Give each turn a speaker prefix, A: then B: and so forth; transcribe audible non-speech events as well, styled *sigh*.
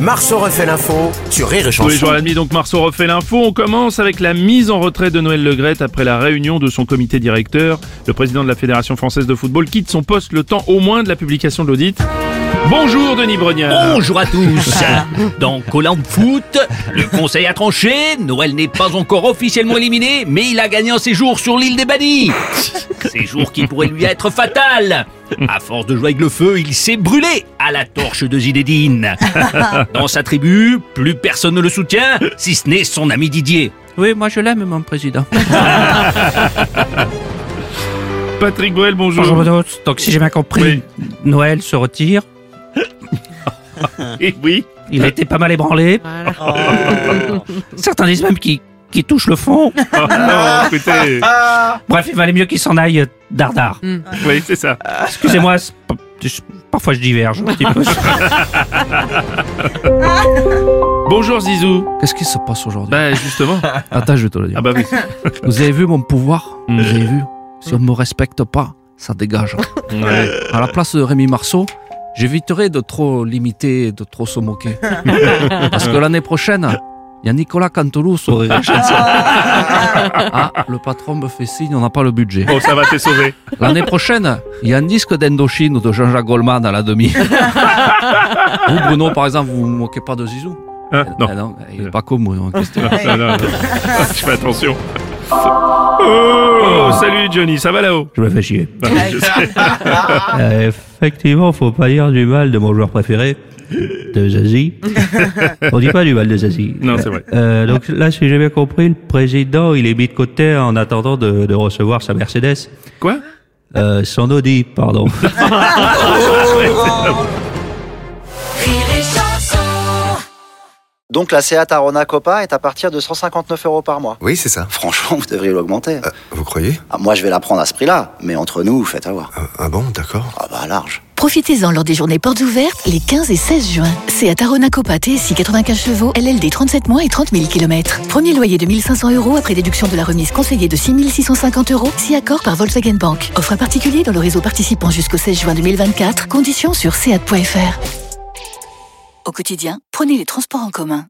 A: Marceau refait l'info sur Rire et
B: Tous les jours à
A: Chanson.
B: la nuit, donc Marceau refait l'info. On commence avec la mise en retrait de Noël Legrette après la réunion de son comité directeur. Le président de la Fédération française de football quitte son poste le temps au moins de la publication de l'audit. Bonjour Denis Brognard.
C: Bonjour à tous Dans Colin Foot, le conseil a tranché, Noël n'est pas encore officiellement éliminé, mais il a gagné un séjour sur l'île des Bannis Séjour qui pourrait lui être fatal À force de jouer avec le feu, il s'est brûlé à la torche de Zinedine Dans sa tribu, plus personne ne le soutient, si ce n'est son ami Didier
D: Oui, moi je l'aime, mon président.
B: Patrick Bruel, bonjour.
D: *laughs* Bonjour, bonjour. Donc, si j'ai bien compris,
B: Oui.
D: Noël se retire.
B: Et Eh oui.
D: Il a été pas mal ébranlé. *laughs* Certains disent même qu'il qu'il touche le fond.
B: Oh, non, écoutez.
D: Ah. *laughs* Bref, il valait mieux qu'il s'en aille euh, dardard.
B: *laughs* Oui, c'est ça.
D: Excusez-moi, c'est pas- je- parfois je diverge un petit *laughs* peu.
B: Bonjour Zizou.
E: Qu'est-ce qui se passe aujourd'hui
B: Bah *laughs* justement.
E: Attends, je vais te le dire.
B: Ah bah oui.
E: Vous avez vu mon pouvoir
B: Mm.
E: Vous avez vu Si on me respecte pas, ça dégage.
B: Ouais.
E: À la place de Rémi Marceau, j'éviterai de trop limiter, de trop se moquer. Parce que l'année prochaine, il y a Nicolas Cantelou sur Rire et Chanson. Ah, le patron me fait signe, on n'a pas le budget.
B: Bon, ça va, t'es sauvé.
E: L'année prochaine, il y a un disque d'Indochine ou de Jean-Jacques Goldman à la demi. vous, Bruno, par exemple, vous vous moquez pas de Zizou
B: Hein non.
E: Eh il est pas comme moi. en question.
B: Non, non, *laughs* non. Je fais attention. Oh, salut Johnny, ça va là-haut
D: Je me fais chier.
B: Je sais.
D: Euh, effectivement, faut pas dire du mal de mon joueur préféré, de Zazie. On dit pas du mal de Zazie.
B: Non, c'est vrai.
D: Euh, donc là, si j'ai bien compris, le président, il est mis de côté en attendant de, de recevoir sa Mercedes.
B: Quoi
D: Euh, son Audi, pardon.
F: Donc la Seat Arona Copa est à partir de 159 euros par mois.
G: Oui, c'est ça.
F: Franchement, *laughs* vous devriez l'augmenter.
G: Euh, vous croyez
F: Ah, moi, je vais la prendre à ce prix-là, mais entre nous, faites avoir.
G: Euh, Ah bon, d'accord.
F: Ah bah large.
H: Profitez-en lors des journées portes ouvertes les 15 et 16 juin. C'est à Tarona Copa TSI 95 chevaux, LLD 37 mois et 30 000 km. Premier loyer de 1500 euros après déduction de la remise conseillée de 6650 euros, si accord par Volkswagen Bank. Offre à particulier dans le réseau participant jusqu'au 16 juin 2024. Conditions sur seat.fr. Au quotidien, prenez les transports en commun.